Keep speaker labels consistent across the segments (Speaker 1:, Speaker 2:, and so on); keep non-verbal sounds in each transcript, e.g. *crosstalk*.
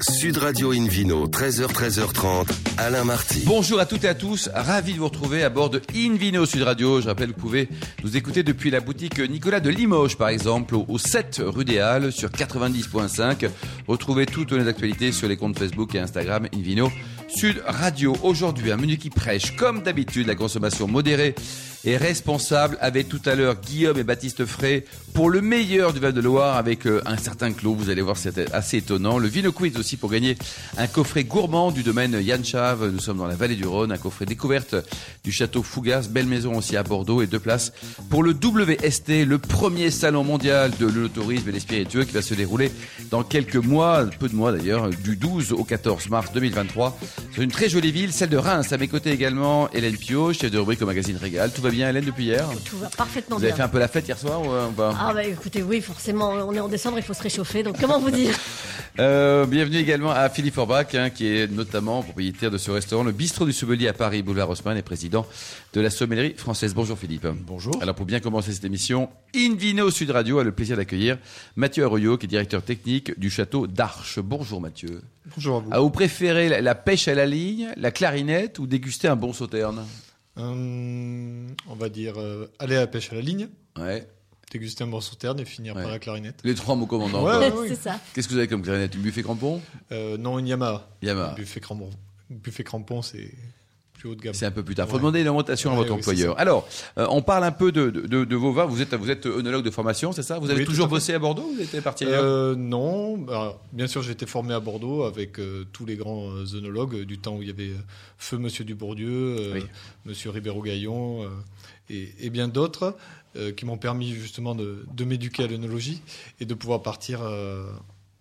Speaker 1: Sud Radio Invino, 13h, 13h30, Alain Marty.
Speaker 2: Bonjour à toutes et à tous, ravi de vous retrouver à bord de Invino Sud Radio. Je rappelle que vous pouvez nous écouter depuis la boutique Nicolas de Limoges, par exemple, au 7 rue des Halles, sur 90.5. Retrouvez toutes nos actualités sur les comptes Facebook et Instagram Invino Sud Radio. Aujourd'hui, un menu qui prêche, comme d'habitude, la consommation modérée et responsable avec tout à l'heure Guillaume et Baptiste Frey pour le meilleur du Val-de-Loire avec euh, un certain clos. Vous allez voir, c'est assez étonnant. Le Vino Quiz aussi pour gagner un coffret gourmand du domaine Yann Chave. Nous sommes dans la vallée du Rhône, un coffret découverte du château Fougas, belle maison aussi à Bordeaux et deux places pour le WST, le premier salon mondial de l'autorisme et des spiritueux qui va se dérouler dans quelques mois, peu de mois d'ailleurs, du 12 au 14 mars 2023. C'est une très jolie ville, celle de Reims. À mes côtés également, Hélène Pio, chef de rubrique au magazine Régal. Tout va bien Hélène depuis hier
Speaker 3: Tout va parfaitement
Speaker 2: Vous avez
Speaker 3: bien.
Speaker 2: fait un peu la fête hier soir ou euh, ou pas
Speaker 3: Ah bah écoutez, oui, forcément, on est en décembre, il faut se réchauffer, donc comment vous dire
Speaker 2: Euh, bienvenue également à Philippe Forbach, hein, qui est notamment propriétaire de ce restaurant, le Bistrot du Sommelier à Paris, boulevard Haussmann, et président de la sommellerie française. Bonjour Philippe.
Speaker 4: Bonjour.
Speaker 2: Alors pour bien commencer cette émission, Invino Sud Radio a le plaisir d'accueillir Mathieu Arroyo, qui est directeur technique du château d'Arche. Bonjour Mathieu.
Speaker 4: Bonjour à vous.
Speaker 2: Ah, vous préférez la, la pêche à la ligne, la clarinette ou déguster un bon sauterne
Speaker 4: Hum, on va dire euh, aller à la pêche à la ligne,
Speaker 2: Ouais.
Speaker 4: déguster un morceau de terne et finir
Speaker 2: Ouais.
Speaker 4: par la clarinette.
Speaker 2: Les trois mots commandants.
Speaker 4: Ouais.
Speaker 2: quoi.
Speaker 3: *laughs*
Speaker 4: oui.
Speaker 3: C'est ça.
Speaker 2: Qu'est-ce que vous avez comme clarinette Une buffet crampon
Speaker 4: Euh, non, une Yamaha.
Speaker 2: Yamaha.
Speaker 4: Buffet crampon, buffet crampon c'est plus haut de gamme.
Speaker 2: C'est un peu plus tard. Faut
Speaker 4: Ouais.
Speaker 2: demander une augmentation à
Speaker 4: Ouais,
Speaker 2: votre
Speaker 4: oui,
Speaker 2: employeur. Alors, euh, on parle un peu de, de, de vos vins. Vous êtes, vous êtes œnologue de formation, c'est ça Vous avez
Speaker 4: Oui, tout
Speaker 2: toujours
Speaker 4: à fait.
Speaker 2: bossé à Bordeaux ou vous étiez parti ailleurs
Speaker 4: Euh, non, bah, bien sûr, j'ai été formé à Bordeaux avec euh, tous les grands euh, œnologues euh, du temps où il y avait euh, Feu Monsieur Dubourdieu, euh,
Speaker 2: Oui.
Speaker 4: Monsieur Ribeiro-Gaillon euh, et, et bien d'autres euh, qui m'ont permis justement de, de m'éduquer à l'œnologie et de pouvoir partir euh,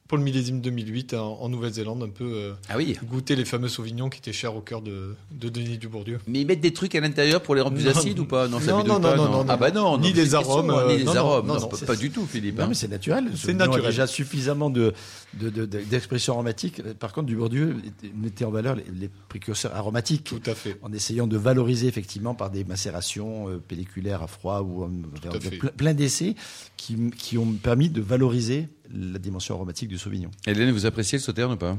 Speaker 4: pour le millésime 2008 en, en Nouvelle-Zélande, un peu euh,
Speaker 2: Ah oui.
Speaker 4: goûter les fameux sauvignons qui étaient chers au cœur de, de Denis Dubourdieu.
Speaker 2: Mais ils mettent des trucs à l'intérieur pour les rendre plus
Speaker 4: Non.
Speaker 2: acides ou pas Non, ça
Speaker 4: Non,
Speaker 2: bidouille
Speaker 4: non,
Speaker 2: pas,
Speaker 4: non, non, non.
Speaker 2: Ah bah non,
Speaker 4: Ni
Speaker 2: non,
Speaker 4: des
Speaker 2: c'est une question,
Speaker 4: arômes,
Speaker 2: hein, ni
Speaker 4: euh,
Speaker 2: des
Speaker 4: non, non,
Speaker 2: arômes.
Speaker 4: non,
Speaker 2: Non,
Speaker 4: non,
Speaker 2: pas,
Speaker 4: c'est-
Speaker 2: pas du tout, Philippe.
Speaker 5: Non,
Speaker 2: hein.
Speaker 5: mais c'est naturel.
Speaker 4: C'est
Speaker 5: Ce vigneron
Speaker 4: naturel.
Speaker 5: a déjà suffisamment de, de, de- de- d'expressions aromatiques. Par contre, Dubourdieu était- mettait en valeur les, les précurseurs aromatiques.
Speaker 4: Tout à fait.
Speaker 5: En essayant de valoriser effectivement par des macérations euh, pelliculaires à froid ou en-
Speaker 4: à fait.
Speaker 5: plein, plein d'essais qui, qui ont permis de valoriser la dimension aromatique du Sauvignon.
Speaker 2: Hélène, vous appréciez le sauterne ou pas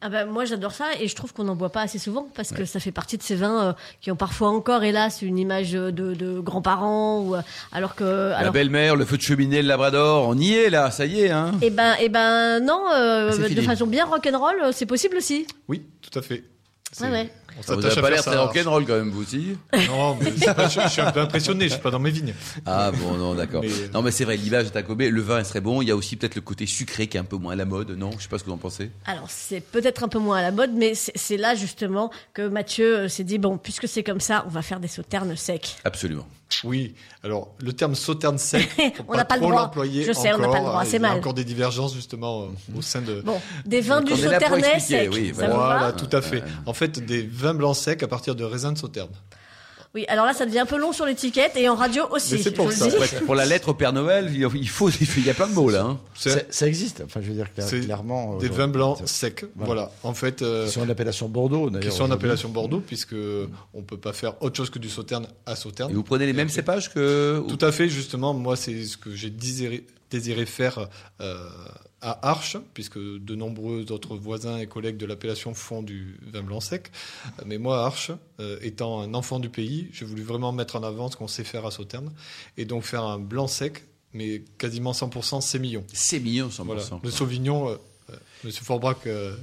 Speaker 3: Ah bah moi j'adore ça et je trouve qu'on n'en boit pas assez souvent parce que ça fait partie de ces vins euh, qui ont parfois encore, hélas, une image de, de grands-parents ou euh, alors que...
Speaker 2: La
Speaker 3: Alors,
Speaker 2: belle-mère, le feu de cheminée, le labrador, on y est là, ça y est. Hein
Speaker 3: eh ben, eh ben non, euh,
Speaker 5: C'est
Speaker 3: de
Speaker 5: fini.
Speaker 3: façon bien rock'n'roll, euh, c'est possible aussi.
Speaker 4: Oui, tout à fait. C'est-
Speaker 3: Ouais, ouais.
Speaker 4: On
Speaker 2: Ça vous avez
Speaker 4: s'attache à
Speaker 2: pas
Speaker 4: faire
Speaker 2: l'air
Speaker 4: ça.
Speaker 2: très rock'n'roll quand même, vous
Speaker 4: *laughs*
Speaker 2: aussi
Speaker 4: Non, mais c'est pas- je, je suis un peu impressionné, je suis pas dans mes vignes.
Speaker 2: Ah bon, non, d'accord.
Speaker 4: Mais, euh,
Speaker 2: Non, mais c'est vrai, l'image est à Kobe, le vin est très bon. Il y a aussi peut-être le côté sucré qui est un peu moins à la mode, non Je sais pas ce que vous en pensez.
Speaker 3: Alors c'est peut-être un peu moins à la mode, mais c'est c'est là justement que Mathieu euh, s'est dit, bon, puisque c'est comme ça, on va faire des sauternes secs.
Speaker 2: Absolument.
Speaker 4: Oui, alors le terme
Speaker 3: *laughs*
Speaker 4: sauterne sec, faut
Speaker 3: On n'a pas le
Speaker 4: trop
Speaker 3: droit.
Speaker 4: l'employer
Speaker 3: Je sais, on n'a pas
Speaker 4: encore,
Speaker 3: le droit,
Speaker 4: hein,
Speaker 3: c'est
Speaker 4: Il y a
Speaker 3: mal.
Speaker 4: encore des divergences justement
Speaker 2: Mhm.
Speaker 4: euh, au sein de.
Speaker 3: Bon, des vins
Speaker 2: Donc,
Speaker 3: du
Speaker 2: on est là pour
Speaker 3: sauternais
Speaker 2: expliquer,
Speaker 3: secs.
Speaker 2: oui,
Speaker 3: ça vous va
Speaker 4: voilà, tout à fait. En fait, des vins blancs secs à partir de raisins de sauterne.
Speaker 3: Oui, alors là, ça devient un peu long sur l'étiquette et en radio aussi.
Speaker 4: Mais c'est
Speaker 3: je
Speaker 4: pour
Speaker 3: le
Speaker 4: ça.
Speaker 3: dis.
Speaker 4: Ouais.
Speaker 2: Pour la lettre au Père Noël, il il faut, il y a plein de mots là. hein.
Speaker 5: Ça,
Speaker 4: C'est
Speaker 5: ça existe. Enfin, je veux dire cla-
Speaker 4: C'est
Speaker 5: clairement.
Speaker 4: des
Speaker 5: aujourd'hui,
Speaker 4: vins blancs
Speaker 5: ça-
Speaker 4: secs.
Speaker 5: Voilà.
Speaker 4: Voilà. En fait, euh,
Speaker 5: Qui sont en appellation Bordeaux, d'ailleurs.
Speaker 4: qui sont en
Speaker 5: aujourd'hui.
Speaker 4: appellation Bordeaux, puisque on peut pas faire autre chose que du sauterne à sauterne.
Speaker 2: Et vous prenez les mêmes cépages que.
Speaker 4: Tout à fait, justement, moi, c'est ce que j'ai désiré, désiré faire euh, à Arches, puisque de nombreux autres voisins et collègues de l'appellation font du vin blanc sec. Euh, Mais moi, à Arches, euh, étant un enfant du pays, j'ai voulu vraiment mettre en avant ce qu'on sait faire à Sauternes, et donc faire un blanc sec, mais quasiment 100% sémillon.
Speaker 2: C'est mignon, 100%.
Speaker 4: Voilà.
Speaker 2: quoi.
Speaker 4: Le Sauvignon, euh, euh, Monsieur Forbrac euh,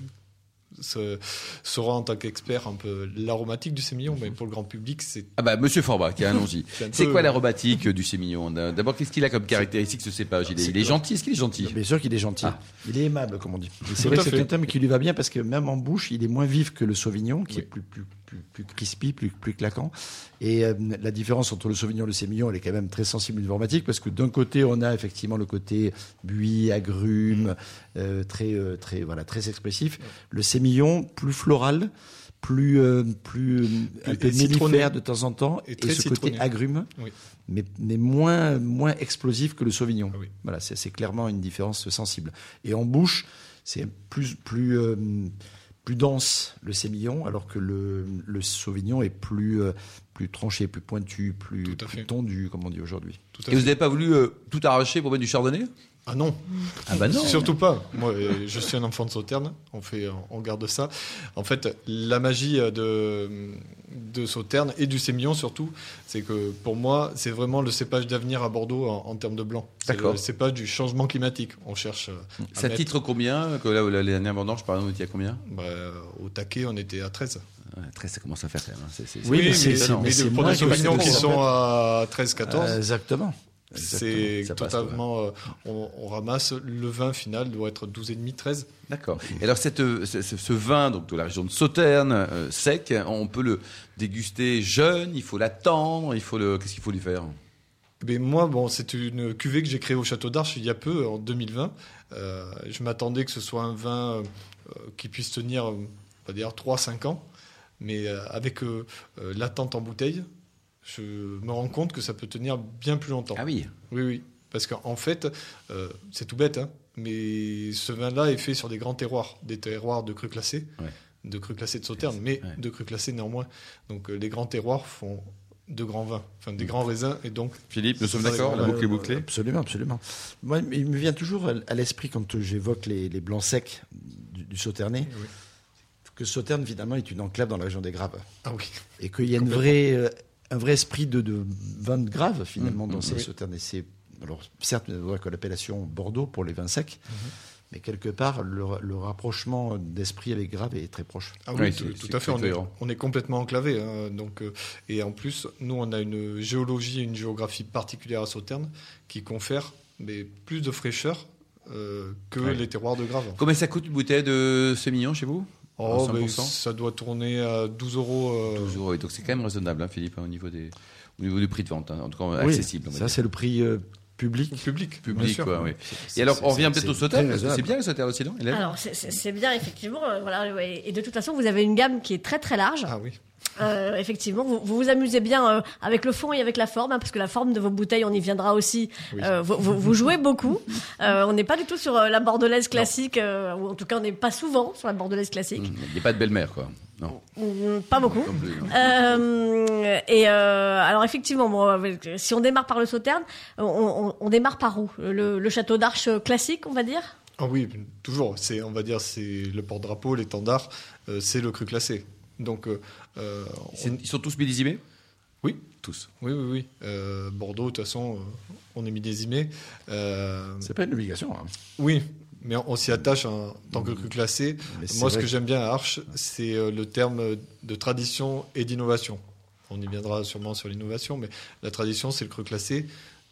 Speaker 4: se- sera en tant qu'expert un peu l'aromatique du sémillon,
Speaker 2: Mhm.
Speaker 4: mais pour le grand public, c'est
Speaker 2: Ah bah, monsieur Forbach, hein, allons-y.
Speaker 4: C'est un
Speaker 2: C'est
Speaker 4: peu-
Speaker 2: quoi l'aromatique du sémillon D'abord, qu'est-ce qu'il a comme caractéristique ce cépage il est, il est gentil Est-ce qu'il est gentil
Speaker 5: Bien sûr qu'il est gentil.
Speaker 2: Ah.
Speaker 5: Il est aimable, comme on dit. Et
Speaker 4: Tout
Speaker 5: c'est vrai
Speaker 4: à
Speaker 5: que c'est
Speaker 4: fait.
Speaker 5: un terme qui lui va bien parce que même en bouche, il est moins vif que le Sauvignon, qui
Speaker 4: Oui.
Speaker 5: est plus, plus, plus, plus crispy, plus, plus claquant. Et euh, la différence entre le Sauvignon et le Sémillon, elle est quand même très sensible aromatique parce que d'un côté, on a effectivement le côté buis, agrumes, euh, très, euh, très, voilà, très expressif. Le Sémillon, plus floral. Plus, euh, plus, euh, un
Speaker 4: Plus
Speaker 5: peu
Speaker 4: citronné.
Speaker 5: mellifère de temps en temps,
Speaker 4: Et
Speaker 5: et,
Speaker 4: très
Speaker 5: ce
Speaker 4: citronné.
Speaker 5: côté agrume,
Speaker 4: Oui.
Speaker 5: mais, mais moins, moins explosif que le Sauvignon.
Speaker 4: Ah oui.
Speaker 5: Voilà, c'est c'est clairement une différence sensible. Et en bouche, c'est plus, plus, euh, plus dense le sémillon, alors que le, le Sauvignon est plus, euh, plus tranché, plus pointu, plus,
Speaker 4: Tout à
Speaker 5: plus
Speaker 4: fait.
Speaker 5: tondu, comme on dit aujourd'hui.
Speaker 4: tout à
Speaker 2: Et vous
Speaker 4: fait-
Speaker 2: n'avez pas voulu euh, tout arracher pour mettre du chardonnay
Speaker 4: Ah non,
Speaker 2: Ah bah non.
Speaker 4: surtout pas. Moi, euh, je suis un enfant de Sauternes. On fait, on garde ça. En fait, la magie de de Sauternes et du Sémillon surtout, c'est que pour moi, c'est vraiment le cépage d'avenir à Bordeaux en, en termes de blanc. C'est
Speaker 2: D'accord.
Speaker 4: Le cépage du changement climatique. On cherche. euh, à
Speaker 2: Ça
Speaker 4: mettre-
Speaker 2: titre combien que là, la- Les dernières vendanges, par exemple, il y a combien
Speaker 4: bah, au taquet, on était à 13.
Speaker 2: ouais, 13, ça commence à faire quand même. hein. C'est- c'est-
Speaker 5: Oui, mais
Speaker 4: mais,
Speaker 5: c'est-
Speaker 4: mais,
Speaker 5: c'est- mais c'est
Speaker 4: de
Speaker 5: moins
Speaker 4: produits
Speaker 5: que le
Speaker 4: Sauvignon qui
Speaker 5: Sauvignon.
Speaker 4: sont à 13-14.
Speaker 5: Euh, exactement.
Speaker 4: C'est
Speaker 2: Exactement, ça passe,
Speaker 4: totalement. euh, on, on ramasse le vin final doit être 12,5 13.
Speaker 2: D'accord. Et alors, cette, euh, ce, ce- ce vin donc, de la région de Sauternes, euh, sec, on peut le déguster jeune, il faut l'attendre, il faut le... Qu'est-ce qu'il faut lui faire
Speaker 4: Mais moi, bon, c'est une cuvée que j'ai créée au Château d'Arche il y a peu, en 2020. Euh, je m'attendais que ce soit un vin euh, qui puisse tenir, euh, on va dire, 3-5 ans. Mais euh, avec euh, euh, l'attente en bouteille, je me rends compte que ça peut tenir bien plus longtemps.
Speaker 2: Ah oui
Speaker 4: Oui, oui. Parce qu'en fait, euh, c'est tout bête, hein, mais ce vin-là est fait sur des grands terroirs, des terroirs de cru classé,
Speaker 2: Ouais.
Speaker 4: de cru classé de Sauternes, mais
Speaker 2: Ouais.
Speaker 4: de cru classé néanmoins. Donc euh, les grands terroirs font de grands vins, enfin des grands raisins, et donc
Speaker 2: Philippe, nous sommes
Speaker 4: Ça,
Speaker 2: d'accord
Speaker 4: c'est
Speaker 2: La
Speaker 4: bon,
Speaker 2: boucle est bouclée
Speaker 5: Absolument, absolument. Moi, il me vient toujours à- à l'esprit quand j'évoque les, les blancs secs du, du Sauternay,
Speaker 4: Oui.
Speaker 5: que Sauternes, finalement, est une enclave dans la région des Graves.
Speaker 4: ah oui,
Speaker 5: Et qu'il y a une vraie, euh, un vrai esprit de, de vin de Graves, finalement,
Speaker 2: Mmh,
Speaker 5: dans
Speaker 2: mmh,
Speaker 5: ces
Speaker 4: oui.
Speaker 5: Sauternes. Et c'est, alors, certes, on voit que l'appellation Bordeaux pour les vins secs, mais quelque part, le, le rapprochement d'esprit avec Graves est très proche.
Speaker 4: Ah oui,
Speaker 2: Ouais,
Speaker 4: tout,
Speaker 2: c'est-
Speaker 4: tout
Speaker 2: c'est
Speaker 4: à fait. On est,
Speaker 2: cohérent.
Speaker 4: on est complètement enclavé. hein, donc, euh, et en plus, nous, on a une géologie et une géographie particulière à Sauternes qui confère mais, plus de fraîcheur euh, que
Speaker 2: Ouais. Ah,
Speaker 4: les terroirs de Grave.
Speaker 2: Combien ça coûte une bouteille de Sémillon chez vous
Speaker 4: Oh,
Speaker 2: À
Speaker 4: mais
Speaker 2: 100%?
Speaker 4: ça doit tourner à 12 euros. euh,
Speaker 2: 12 euros. Et donc, c'est quand même raisonnable, hein, Philippe, hein, au, niveau des... au niveau du prix de vente, hein, en tout cas
Speaker 5: Oui,
Speaker 2: accessible. on va
Speaker 5: ça,
Speaker 2: dire.
Speaker 5: c'est le prix euh, public.
Speaker 4: public. bien
Speaker 2: Public,
Speaker 4: sûr.
Speaker 2: quoi, oui.
Speaker 5: C'est-
Speaker 2: Et alors,
Speaker 5: c'est-
Speaker 2: on revient
Speaker 5: c'est-
Speaker 2: peut-être au
Speaker 5: c'est
Speaker 2: Sauternes,
Speaker 5: très
Speaker 2: parce que c'est
Speaker 5: raisonnable.
Speaker 2: bien le Sauternes aussi, non Hélène
Speaker 3: Alors, c'est- c'est c'est bien, effectivement. euh, voilà, ouais. Et de toute façon, vous avez une gamme qui est très très large.
Speaker 4: Ah oui.
Speaker 3: Euh, effectivement, vous, vous vous amusez bien euh, avec le fond et avec la forme, hein, parce que la forme de vos bouteilles, on y viendra aussi.
Speaker 4: Oui.
Speaker 3: Euh, vous, vous- vous jouez beaucoup. Euh, on n'est pas du tout sur euh, la bordelaise classique, euh, ou en tout cas, on n'est pas souvent sur la bordelaise classique.
Speaker 2: Il n'y a pas de belle-mère, quoi. Non.
Speaker 3: Mm, Pas beaucoup.
Speaker 2: Non plus, non.
Speaker 3: Euh, et euh, alors effectivement, bon, avec- si on démarre par le Sauterne, on, on- on démarre par où le, le château d'Arche classique, on va dire
Speaker 4: Ah oui, toujours. C'est, on va dire, c'est le porte-drapeau, l'étendard, euh, c'est le cru classé. Donc, euh, euh,
Speaker 2: Ils
Speaker 4: on-
Speaker 2: sont- Ils sont tous millésimés
Speaker 4: Oui.
Speaker 2: Tous.
Speaker 4: oui, oui, oui. Euh, Bordeaux, de toute façon, euh, on est millésimé. Euh,
Speaker 5: C'est pas une obligation. hein.
Speaker 4: oui, mais on, on s'y attache en tant que cru classé.
Speaker 5: Mais c'est
Speaker 4: Moi, ce
Speaker 5: vrai
Speaker 4: que j'aime bien à Arche, c'est euh, le terme de tradition et d'innovation. On y viendra sûrement sur l'innovation, mais la tradition, c'est le cru classé.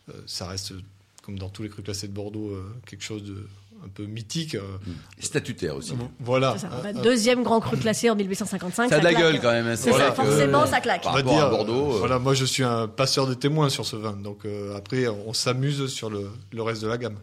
Speaker 4: Euh, ça reste, comme dans tous les crus classés de Bordeaux, euh, quelque chose de un peu mythique. euh,
Speaker 2: Statutaire aussi.
Speaker 4: Voilà. Euh,
Speaker 3: Ça,
Speaker 4: Un-
Speaker 3: bah,
Speaker 4: un-
Speaker 3: Deuxième grand cru classé en 1855.
Speaker 2: Ça a de la
Speaker 3: claque.
Speaker 2: gueule quand même. hein,
Speaker 3: C'est
Speaker 2: vrai
Speaker 3: ça,
Speaker 2: que-
Speaker 3: forcément, ça claque.
Speaker 2: Par
Speaker 4: on va
Speaker 2: rapport à
Speaker 4: dire,
Speaker 2: Bordeaux,
Speaker 4: euh,
Speaker 2: euh,
Speaker 4: Voilà, moi je suis un passeur de témoins sur ce vin. Donc euh, après, on s'amuse sur le, le reste de la gamme.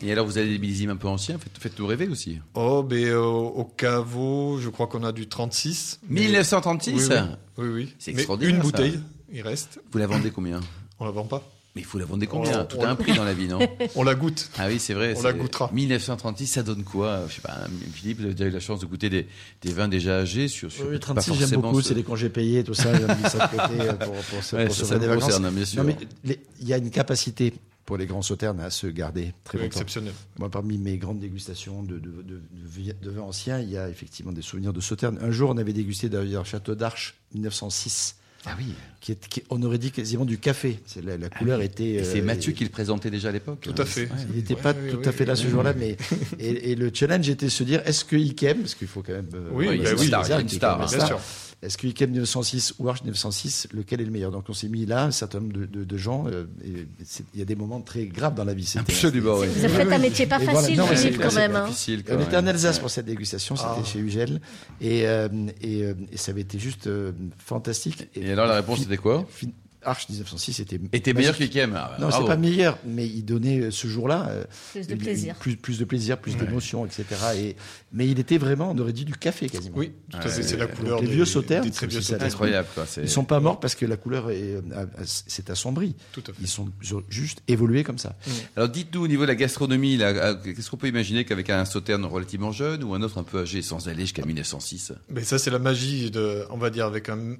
Speaker 2: Et alors, vous avez des millésimes un peu anciens, faites- faites-nous rêver aussi.
Speaker 4: Oh, mais euh, au caveau, je crois qu'on a du 36. mais- Oui,
Speaker 2: 1936
Speaker 4: oui, oui. oui.
Speaker 2: C'est
Speaker 4: Mais
Speaker 2: extraordinaire,
Speaker 4: Une
Speaker 2: ça.
Speaker 4: bouteille, il reste.
Speaker 2: Vous la vendez combien
Speaker 4: On la vend pas.
Speaker 2: Mais vous la vendez combien
Speaker 4: Oh,
Speaker 2: Tout
Speaker 4: on-
Speaker 2: a un prix dans la vie, non
Speaker 4: On
Speaker 2: *laughs*
Speaker 4: la goûte.
Speaker 2: Ah oui, c'est vrai.
Speaker 4: On
Speaker 2: c'est-
Speaker 4: la goûtera.
Speaker 2: 1936, ça donne quoi Je sais pas, hein, Philippe, vous avez déjà eu la chance de goûter des, des vins déjà âgés sur, sur
Speaker 5: Oui,
Speaker 2: pas
Speaker 5: 36, j'aime
Speaker 2: forcément
Speaker 5: beaucoup,
Speaker 2: ce-
Speaker 5: c'est les congés payés, tout ça, j'ai mis ça de côté euh, pour, pour, se-
Speaker 2: Ouais,
Speaker 5: pour
Speaker 2: ça,
Speaker 5: se
Speaker 2: ça
Speaker 5: faire des
Speaker 2: nous
Speaker 5: vacances.
Speaker 2: concerne, bien sûr.
Speaker 5: Non, mais les- il y a une capacité pour les grands sauternes à se garder très
Speaker 4: Oui,
Speaker 5: longtemps.
Speaker 4: exceptionnel.
Speaker 5: Moi, parmi mes grandes dégustations de, de, de, de vi- de vins anciens, il y a effectivement des souvenirs de sauternes. Un jour, on avait dégusté d'ailleurs Château d'Arche 1906,
Speaker 2: Ah oui.
Speaker 5: qui est, qui- on aurait dit quasiment du café. C'est la, la
Speaker 4: Ah
Speaker 5: couleur était.
Speaker 2: Et c'est
Speaker 5: euh,
Speaker 2: Mathieu qui le présentait déjà à l'époque.
Speaker 4: Tout à fait.
Speaker 5: il n'était
Speaker 4: Ouais,
Speaker 5: pas
Speaker 4: oui,
Speaker 5: tout
Speaker 4: oui,
Speaker 5: à fait là
Speaker 4: oui,
Speaker 5: ce
Speaker 4: oui.
Speaker 5: jour-là, mais et, et le challenge était de se dire est-ce que Ikem, parce qu'il faut quand même. euh,
Speaker 4: Oui,
Speaker 5: voilà,
Speaker 4: bah oui,
Speaker 5: c'est un
Speaker 4: il y a
Speaker 5: hasard,
Speaker 2: une
Speaker 5: qui est
Speaker 2: star,
Speaker 5: quand même
Speaker 2: hein.
Speaker 5: un
Speaker 4: Bien sûr.
Speaker 5: Est-ce que IKEM 906 ou Arch 906, lequel est le meilleur Donc on s'est mis là, un certain nombre de, de- de gens. euh, et c'est- il y a des moments très graves dans la vie. C'était-
Speaker 2: Absolument, oui.
Speaker 3: Vous avez fait un métier pas
Speaker 5: Et voilà,
Speaker 3: facile,
Speaker 5: non, mais
Speaker 3: Philippe,
Speaker 5: c'est-
Speaker 3: quand
Speaker 5: c'est
Speaker 3: même. hein.
Speaker 2: difficile. quand
Speaker 5: On était en
Speaker 2: même.
Speaker 5: Alsace pour cette dégustation, c'était
Speaker 4: Ah.
Speaker 5: chez Ugel. Et, euh, et, euh, et ça avait été juste euh, fantastique.
Speaker 2: Et alors, la réponse,
Speaker 5: fi-
Speaker 2: c'était quoi
Speaker 5: fi- Arch 1906 était.
Speaker 2: Était
Speaker 5: magique.
Speaker 2: meilleur qu'Ikem. Ah, bah,
Speaker 5: Non, c'est
Speaker 2: bravo.
Speaker 5: pas meilleur, mais il donnait euh, ce jour-là. euh,
Speaker 3: Plus de
Speaker 5: une- une-
Speaker 3: plaisir.
Speaker 5: Plus, plus de plaisir, plus d'émotion, etc. Et, mais il était vraiment, on aurait dit du café quasiment.
Speaker 4: Oui, tout à fait. C'est la couleur
Speaker 5: les
Speaker 4: des
Speaker 5: vieux sauternes,
Speaker 4: des très
Speaker 5: c'est
Speaker 4: vieux
Speaker 5: aussi ça,
Speaker 4: sauternes.
Speaker 2: Incroyable, quoi. c'est-
Speaker 5: Ils sont pas morts parce que la couleur est, euh, a- a- s'est assombrie.
Speaker 4: Tout à fait.
Speaker 5: Ils sont ils ont juste évolués comme ça.
Speaker 2: Alors dites-nous au niveau de la gastronomie, là, euh, qu'est-ce qu'on peut imaginer qu'avec un sauterne relativement jeune ou un autre un peu âgé sans aller jusqu'à 1906
Speaker 4: Mais ça, c'est la magie de, on va dire, avec un,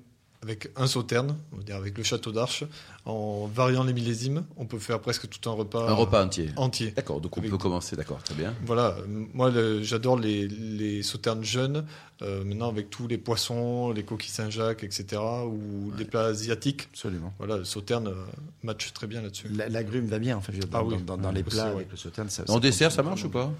Speaker 4: avec un sauterne, on va dire avec le château d'Arche. En variant les millésimes, on peut faire presque tout un repas,
Speaker 2: Un repas entier.
Speaker 4: entier.
Speaker 2: D'accord, donc on
Speaker 4: Avec-
Speaker 2: peut commencer, d'accord, très bien.
Speaker 4: Voilà, euh, moi le- j'adore les, les sauternes jeunes, euh, maintenant avec tous les poissons, les coquilles Saint-Jacques, etc., ou les plats asiatiques.
Speaker 5: Absolument.
Speaker 4: Voilà, le sauterne euh, match très bien là-dessus.
Speaker 5: La- L'agrume va bien, en fait, je veux dire, dans,
Speaker 4: Ah oui.
Speaker 5: dans- dans- dans les
Speaker 4: Aussi,
Speaker 5: plats
Speaker 4: ouais.
Speaker 5: avec le sauterne. Ça,
Speaker 2: En dessert, ça marche ou pas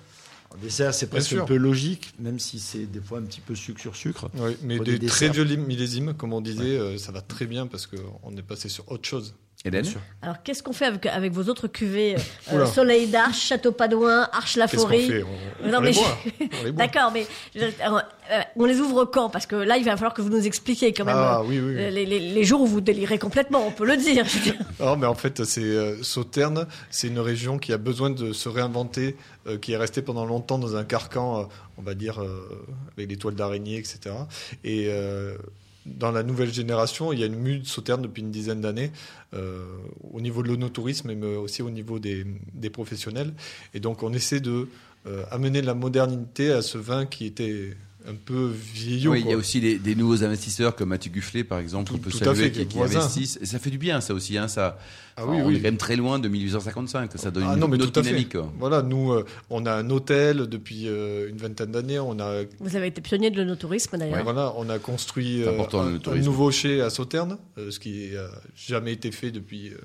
Speaker 5: En dessert, c'est presque
Speaker 4: sûr.
Speaker 5: un peu logique, même si c'est des fois un petit peu sucre sur sucre.
Speaker 4: Oui, mais
Speaker 5: Pour
Speaker 4: des,
Speaker 5: des
Speaker 4: très
Speaker 5: desserts.
Speaker 4: vieux lim- millésimes, comme on disait, euh, ça va très bien parce qu'on est passé sur autre chose.
Speaker 2: Hélène
Speaker 3: Alors, qu'est-ce qu'on fait avec, avec vos autres cuvées euh,
Speaker 4: Oula.
Speaker 3: Soleil d'Arche, Château Padouin, Arche la
Speaker 4: Qu'est-ce qu'on
Speaker 3: Forêt
Speaker 4: fait on,
Speaker 3: Non,
Speaker 4: on les
Speaker 3: mais je-
Speaker 4: boit. on les boit.
Speaker 3: D'accord, mais je- euh, euh, on les ouvre quand Parce que là, il va falloir que vous nous expliquiez quand même.
Speaker 4: Ah
Speaker 3: euh,
Speaker 4: oui, oui. oui.
Speaker 3: Les, les- les jours où vous délirez complètement, on peut le dire. je veux dire.
Speaker 4: Non, Oh, mais en fait, c'est euh, Sauternes, c'est une région qui a besoin de se réinventer, euh, qui est restée pendant longtemps dans un carcan, euh, on va dire, euh, avec des toiles d'araignée, etc. Et euh, dans la nouvelle génération, il y a une mue de Sauternes depuis une dizaine d'années, euh, au niveau de l'onotourisme, mais aussi au niveau des, des professionnels. Et donc, on essaie de euh, amener de la modernité à ce vin qui était un peu vieillot.
Speaker 2: Oui, il y a
Speaker 4: quoi.
Speaker 2: aussi des, des nouveaux investisseurs comme Mathieu Gufflet, par exemple,
Speaker 4: Tout-
Speaker 2: qu'on peut
Speaker 4: tout à
Speaker 2: saluer,
Speaker 4: fait,
Speaker 2: qui,
Speaker 4: des
Speaker 2: qui
Speaker 4: voisins.
Speaker 2: investissent. Et ça fait du bien, ça aussi. Hein, ça,
Speaker 4: Ah
Speaker 2: Enfin,
Speaker 4: oui,
Speaker 2: on
Speaker 4: oui.
Speaker 2: est quand même très loin de 1855. Ça donne
Speaker 4: Ah
Speaker 2: une,
Speaker 4: non, mais
Speaker 2: autre
Speaker 4: tout à fait.
Speaker 2: dynamique. quoi.
Speaker 4: Voilà, nous, euh, on a un hôtel depuis euh, une vingtaine d'années. On a,
Speaker 3: Vous avez été pionnier de l'onotourisme d'ailleurs.
Speaker 4: voilà, on a construit
Speaker 2: C'est
Speaker 4: euh,
Speaker 2: important, le
Speaker 4: un, un
Speaker 2: tourisme.
Speaker 4: nouveau chez à Sauternes, euh, ce qui n'a jamais été fait depuis. euh,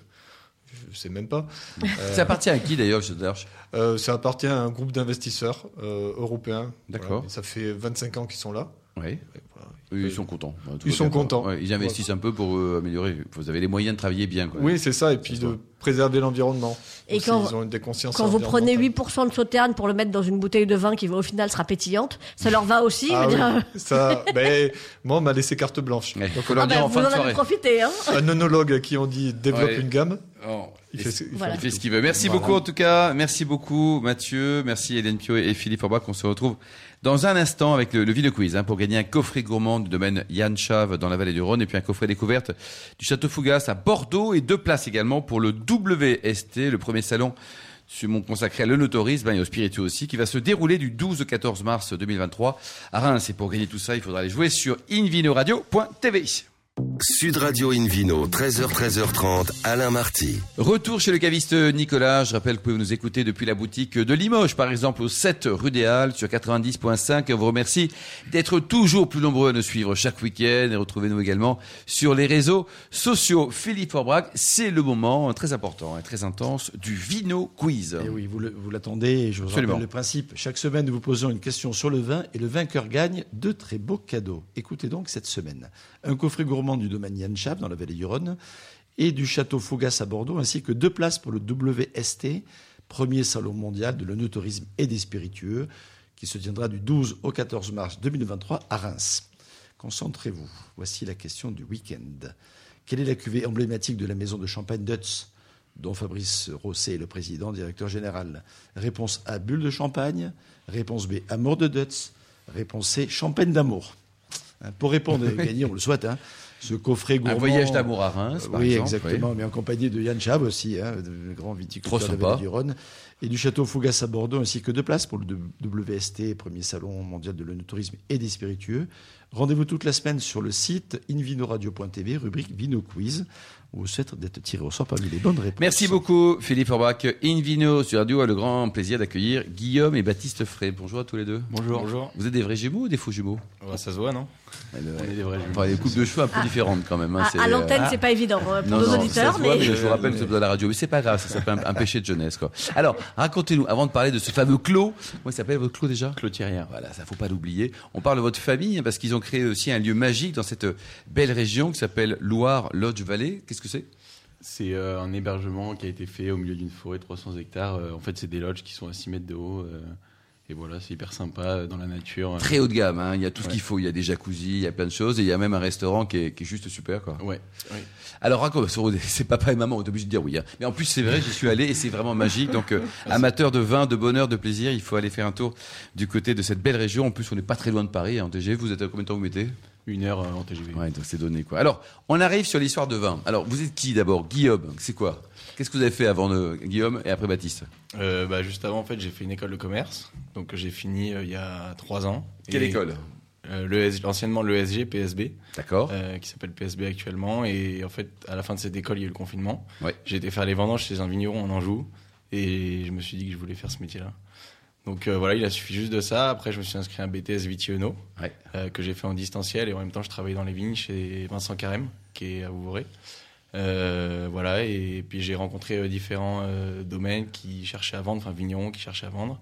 Speaker 4: je sais même pas. Euh,
Speaker 2: Ça appartient à qui d'ailleurs, Château d'Arche
Speaker 4: euh, ça appartient à un groupe d'investisseurs euh, européens.
Speaker 2: D'accord.
Speaker 4: Voilà, mais ça fait 25 ans qu'ils sont là.
Speaker 2: Oui.
Speaker 4: Et voilà.
Speaker 2: Ils sont contents. Tout
Speaker 4: Ils
Speaker 2: va
Speaker 4: sont
Speaker 2: bien, quoi.
Speaker 4: contents.
Speaker 2: Ouais, ils investissent un peu pour euh, améliorer. Vous avez les moyens de travailler bien. Quoi.
Speaker 4: Oui, c'est ça. Et puis
Speaker 2: Ça se
Speaker 4: de préserver l'environnement.
Speaker 3: Et
Speaker 4: Aussi,
Speaker 3: quand-
Speaker 4: ils ont des consciences
Speaker 3: Quand vous prenez
Speaker 4: environnementales.
Speaker 3: 8% de sauterne pour le mettre dans une bouteille de vin qui, au final, sera pétillante, ça leur va aussi.
Speaker 4: Ah
Speaker 3: je veux dire.
Speaker 4: oui, ça, ben, moi, on m'a laissé carte blanche.
Speaker 2: Ouais.
Speaker 4: Donc,
Speaker 2: Faut
Speaker 3: Ah
Speaker 2: leur
Speaker 3: bah,
Speaker 2: dire en
Speaker 3: vous
Speaker 2: fin
Speaker 3: en
Speaker 2: de
Speaker 3: avez
Speaker 2: soirée.
Speaker 3: profité. Hein
Speaker 4: un onologue à qui on dit développe
Speaker 2: Ouais.
Speaker 4: une gamme.
Speaker 2: Oh,
Speaker 4: Il fait, ce- il fait-
Speaker 3: Voilà.
Speaker 2: Il fait ce qu'il veut. Merci
Speaker 4: Voilà.
Speaker 2: beaucoup en tout cas. Merci beaucoup Mathieu. Merci Hélène Pio et Philippe Orbach. On se retrouve dans un instant avec le, le Ville Quiz hein, pour gagner un coffret gourmand du domaine Yann Chave dans la vallée du Rhône et puis un coffret découverte du Château Fougas à Bordeaux et deux places également pour le WST, le premier salon sur mon consacré à l'onotourisme hein, et au spiritueux aussi, qui va se dérouler du 12 au 14 mars 2023 à Reims. Et pour gagner tout ça, il faudra aller jouer sur invinoradio.tv.
Speaker 1: Sud Radio Invino, 13h, 13h30, Alain Marty.
Speaker 2: Retour chez le caviste Nicolas. Je rappelle que vous pouvez nous écouter depuis la boutique de Limoges, par exemple, au 7 rue des Halles sur 90.5. On vous remercie d'être toujours plus nombreux à nous suivre chaque week-end et retrouvez-nous également sur les réseaux sociaux. Philippe Forbrac, c'est le moment très important et très intense du Vino Quiz.
Speaker 5: Et Eh oui, vous le- vous l'attendez. et je vous
Speaker 2: Absolument.
Speaker 5: rappelle le principe. Chaque semaine, nous vous posons une question sur le vin et le vainqueur gagne de très beaux cadeaux. Écoutez donc cette semaine un coffret gourmand du domaine Yann Chap dans la vallée du Rhône et du château Fougas à Bordeaux, ainsi que deux places pour le WST, premier salon mondial de l'onotourisme et des spiritueux, qui se tiendra du 12 au 14 mars 2023 à Reims. Concentrez-vous. Voici la question du week-end. Quelle est la cuvée emblématique de la maison de champagne Dutz dont Fabrice Rosset est le président, directeur général. Réponse A, bulle de champagne. Réponse B, amour de Dutz. Réponse C, champagne d'amour. Hein, Pour
Speaker 2: *laughs*
Speaker 5: répondre et gagner, on le souhaite, hein, ce coffret gourmand.
Speaker 2: Un voyage d'amour à Reims, par
Speaker 5: Euh, oui,
Speaker 2: exemple.
Speaker 5: exactement, mais en compagnie de Yann Chab aussi, hein, le grand
Speaker 2: Trop
Speaker 5: viticulteur de
Speaker 2: sympa.
Speaker 5: la vallée du Rhône, et du château Fougas à Bordeaux, ainsi que deux places pour le WST, premier salon mondial de l'onotourisme et des spiritueux. Rendez-vous toute la semaine sur le site invinoradio.tv, rubrique Vino Quiz. On vous souhaite d'être tiré au sort parmi les bonnes réponses.
Speaker 2: Merci beaucoup Philippe Forbach. Invino sur Radio a le grand plaisir d'accueillir Guillaume et Baptiste Frey. Bonjour à tous les deux.
Speaker 6: Bonjour. Bonjour.
Speaker 2: Vous êtes des vrais jumeaux ou des faux jumeaux
Speaker 6: ça se voit, non On est des vrais jumeaux.
Speaker 2: Enfin, les coupes de cheveux un peu différentes quand même. hein,
Speaker 3: À-
Speaker 2: c'est,
Speaker 3: Ah. à
Speaker 2: euh,
Speaker 3: l'antenne, c'est pas évident euh, pour nos
Speaker 2: ça
Speaker 3: auditeurs,
Speaker 2: se voit,
Speaker 3: mais
Speaker 2: mais je vous rappelle que
Speaker 6: mais-
Speaker 2: c'est à la radio. Mais c'est pas grave, ça s'appelle un, un péché de jeunesse. Quoi. Alors, racontez-nous, avant de parler de ce fameux Clos, comment il s'appelle votre Clos déjà
Speaker 6: Clotirière.
Speaker 2: Voilà, ça faut pas l'oublier. On parle de votre famille, hein, parce qu'ils ont créé aussi un lieu magique dans cette belle région qui s'appelle Loire-Lodge-Vallée. Qu'est-ce que c'est
Speaker 6: C'est euh, un hébergement qui a été fait au milieu d'une forêt de 300 hectares. Euh, en fait, c'est des lodges qui sont à 6 mètres de haut. euh, et voilà, c'est hyper sympa euh, dans la nature.
Speaker 2: Très haut de gamme, hein, il y a tout ce
Speaker 6: Ouais.
Speaker 2: qu'il faut. Il y a des jacuzzi, il y a plein de choses, et il y a même un restaurant qui est, qui est juste super. Quoi.
Speaker 6: Euh, Ouais.
Speaker 2: Alors raconte, *laughs* c'est papa et maman, on est obligé de dire oui. hein. Mais en plus c'est vrai, j'y suis allé et c'est vraiment magique. Donc euh, amateur de vin, de bonheur, de plaisir, il faut aller faire un tour du côté de cette belle région. En plus on n'est pas très loin de Paris hein, en TGV. Vous êtes à combien de temps vous mettez
Speaker 6: Une heure euh, en TGV.
Speaker 2: Ouais, donc c'est donné quoi. Alors on arrive sur l'histoire de vin. Alors vous êtes qui d'abord Guillaume, c'est quoi Qu'est-ce que vous avez fait avant euh, Guillaume et après Baptiste
Speaker 6: Euh, bah, juste avant, en fait, j'ai fait une école de commerce. Donc, j'ai fini euh, il y a 3 ans. Et- euh, l'ES anciennement l'ESG, PSB,
Speaker 2: D'accord.
Speaker 6: euh, qui s'appelle PSB actuellement. Et en fait, à la fin de cette école, il y a eu le confinement.
Speaker 2: Ouais.
Speaker 6: J'ai été faire les vendanges chez un vigneron en Anjou. Et je me suis dit que je voulais faire ce métier-là. Donc euh, voilà, il a suffi juste de ça. Après, je me suis inscrit à un BTS Vitiono,
Speaker 2: Ouais.
Speaker 6: euh, que j'ai fait en distanciel. Et en même temps, je travaillais dans les vignes chez Vincent Carême, qui est à Vouvray. Euh, voilà, et puis j'ai rencontré euh, différents euh, domaines qui cherchaient à vendre, enfin vignerons qui cherchaient à vendre.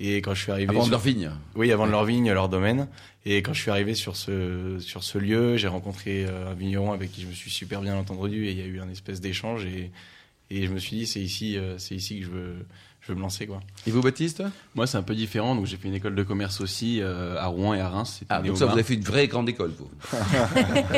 Speaker 6: Et quand je suis arrivé.
Speaker 2: Avant de
Speaker 6: sur-
Speaker 2: leur vigne.
Speaker 6: oui, avant de leur vigne, leur domaine. Et quand je suis arrivé sur ce, sur ce lieu, j'ai rencontré euh, un vigneron avec qui je me suis super bien entendu et il y a eu un espèce d'échange et, et je me suis dit, c'est ici, euh, c'est ici que je veux, je veux me lancer, quoi.
Speaker 2: Et vous, Baptiste
Speaker 6: Moi, c'est un peu différent. Donc, j'ai fait une école de commerce aussi euh, à Rouen et à Reims. C'était
Speaker 2: Ah,
Speaker 6: né
Speaker 2: donc
Speaker 6: au
Speaker 2: ça, vous
Speaker 6: bain. *laughs*
Speaker 2: avez fait une vraie grande école, vous.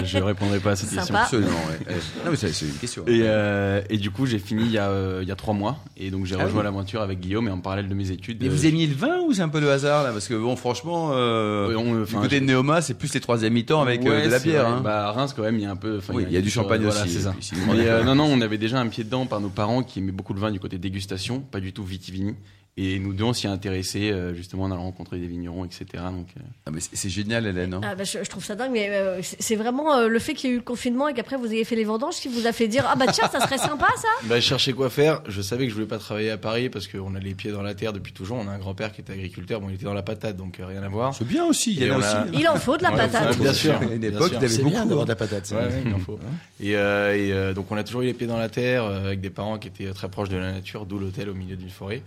Speaker 6: Je répondrai pas à cette
Speaker 3: Sympa.
Speaker 6: question.
Speaker 3: Ah.
Speaker 2: Absolument, ouais. Eh, Non, mais c'est c'est une question. hein.
Speaker 6: Et, euh, et du coup, j'ai fini il y, a, euh, il y a trois mois. Et donc, j'ai
Speaker 2: Ah
Speaker 6: rejoint
Speaker 2: oui.
Speaker 6: l'aventure avec Guillaume et en parallèle de mes études.
Speaker 2: Mais
Speaker 6: euh,
Speaker 2: vous aimiez le vin ou c'est un peu le hasard là Parce que bon, franchement, euh,
Speaker 6: Oui, on, euh,
Speaker 2: du
Speaker 6: enfin,
Speaker 2: côté de Neoma, c'est plus les troisième mi-temps avec euh,
Speaker 6: Ouais,
Speaker 2: de la
Speaker 6: c'est
Speaker 2: bière.
Speaker 6: vrai.
Speaker 2: hein.
Speaker 6: Bah, à Reims, quand même, il y a un peu. enfin,
Speaker 2: Oui, il y a du champagne
Speaker 6: voilà,
Speaker 2: aussi, hein.
Speaker 6: c'est ça.
Speaker 2: et puis si vous
Speaker 6: Mais, euh,
Speaker 2: voulez-
Speaker 6: non, non, on avait déjà un pied dedans par nos parents qui aimaient beaucoup le vin du côté dégustation, pas du tout vitivini. Et nous deux, on s'y est intéressés euh, justement en allant rencontrer des vignerons, etc. Donc, euh,
Speaker 2: Ah, mais c'est c'est génial, Hélène. hein.
Speaker 3: Ah bah, je, je trouve ça dingue, mais euh, c'est c'est vraiment euh, le fait qu'il y ait eu le confinement et qu'après vous ayez fait les vendanges qui vous a fait dire Ah bah tiens, ça serait sympa ça
Speaker 6: Bah, je cherchais quoi faire. Je savais que je voulais pas travailler à Paris parce qu'on a les pieds dans la terre depuis toujours. On a un grand-père qui était agriculteur. Bon, il était dans la patate, donc euh, rien à voir.
Speaker 2: C'est bien aussi. Il y
Speaker 6: Et
Speaker 2: en a
Speaker 6: on a-
Speaker 2: aussi. Ah,
Speaker 3: Il en faut de la
Speaker 6: Ouais,
Speaker 3: patate.
Speaker 6: ouais, bien sûr.
Speaker 2: À une
Speaker 6: bien
Speaker 2: époque,
Speaker 6: sûr.
Speaker 2: il y avait
Speaker 5: C'est
Speaker 2: beaucoup. hein.
Speaker 5: bien d'avoir de la patate. c'est
Speaker 6: Ouais,
Speaker 5: bien.
Speaker 6: ouais, il en faut. Et, euh, et, euh, donc on a toujours eu les pieds dans la terre euh, avec des parents qui étaient très proches de la nature, d'où l'hôtel au milieu d'une forêt.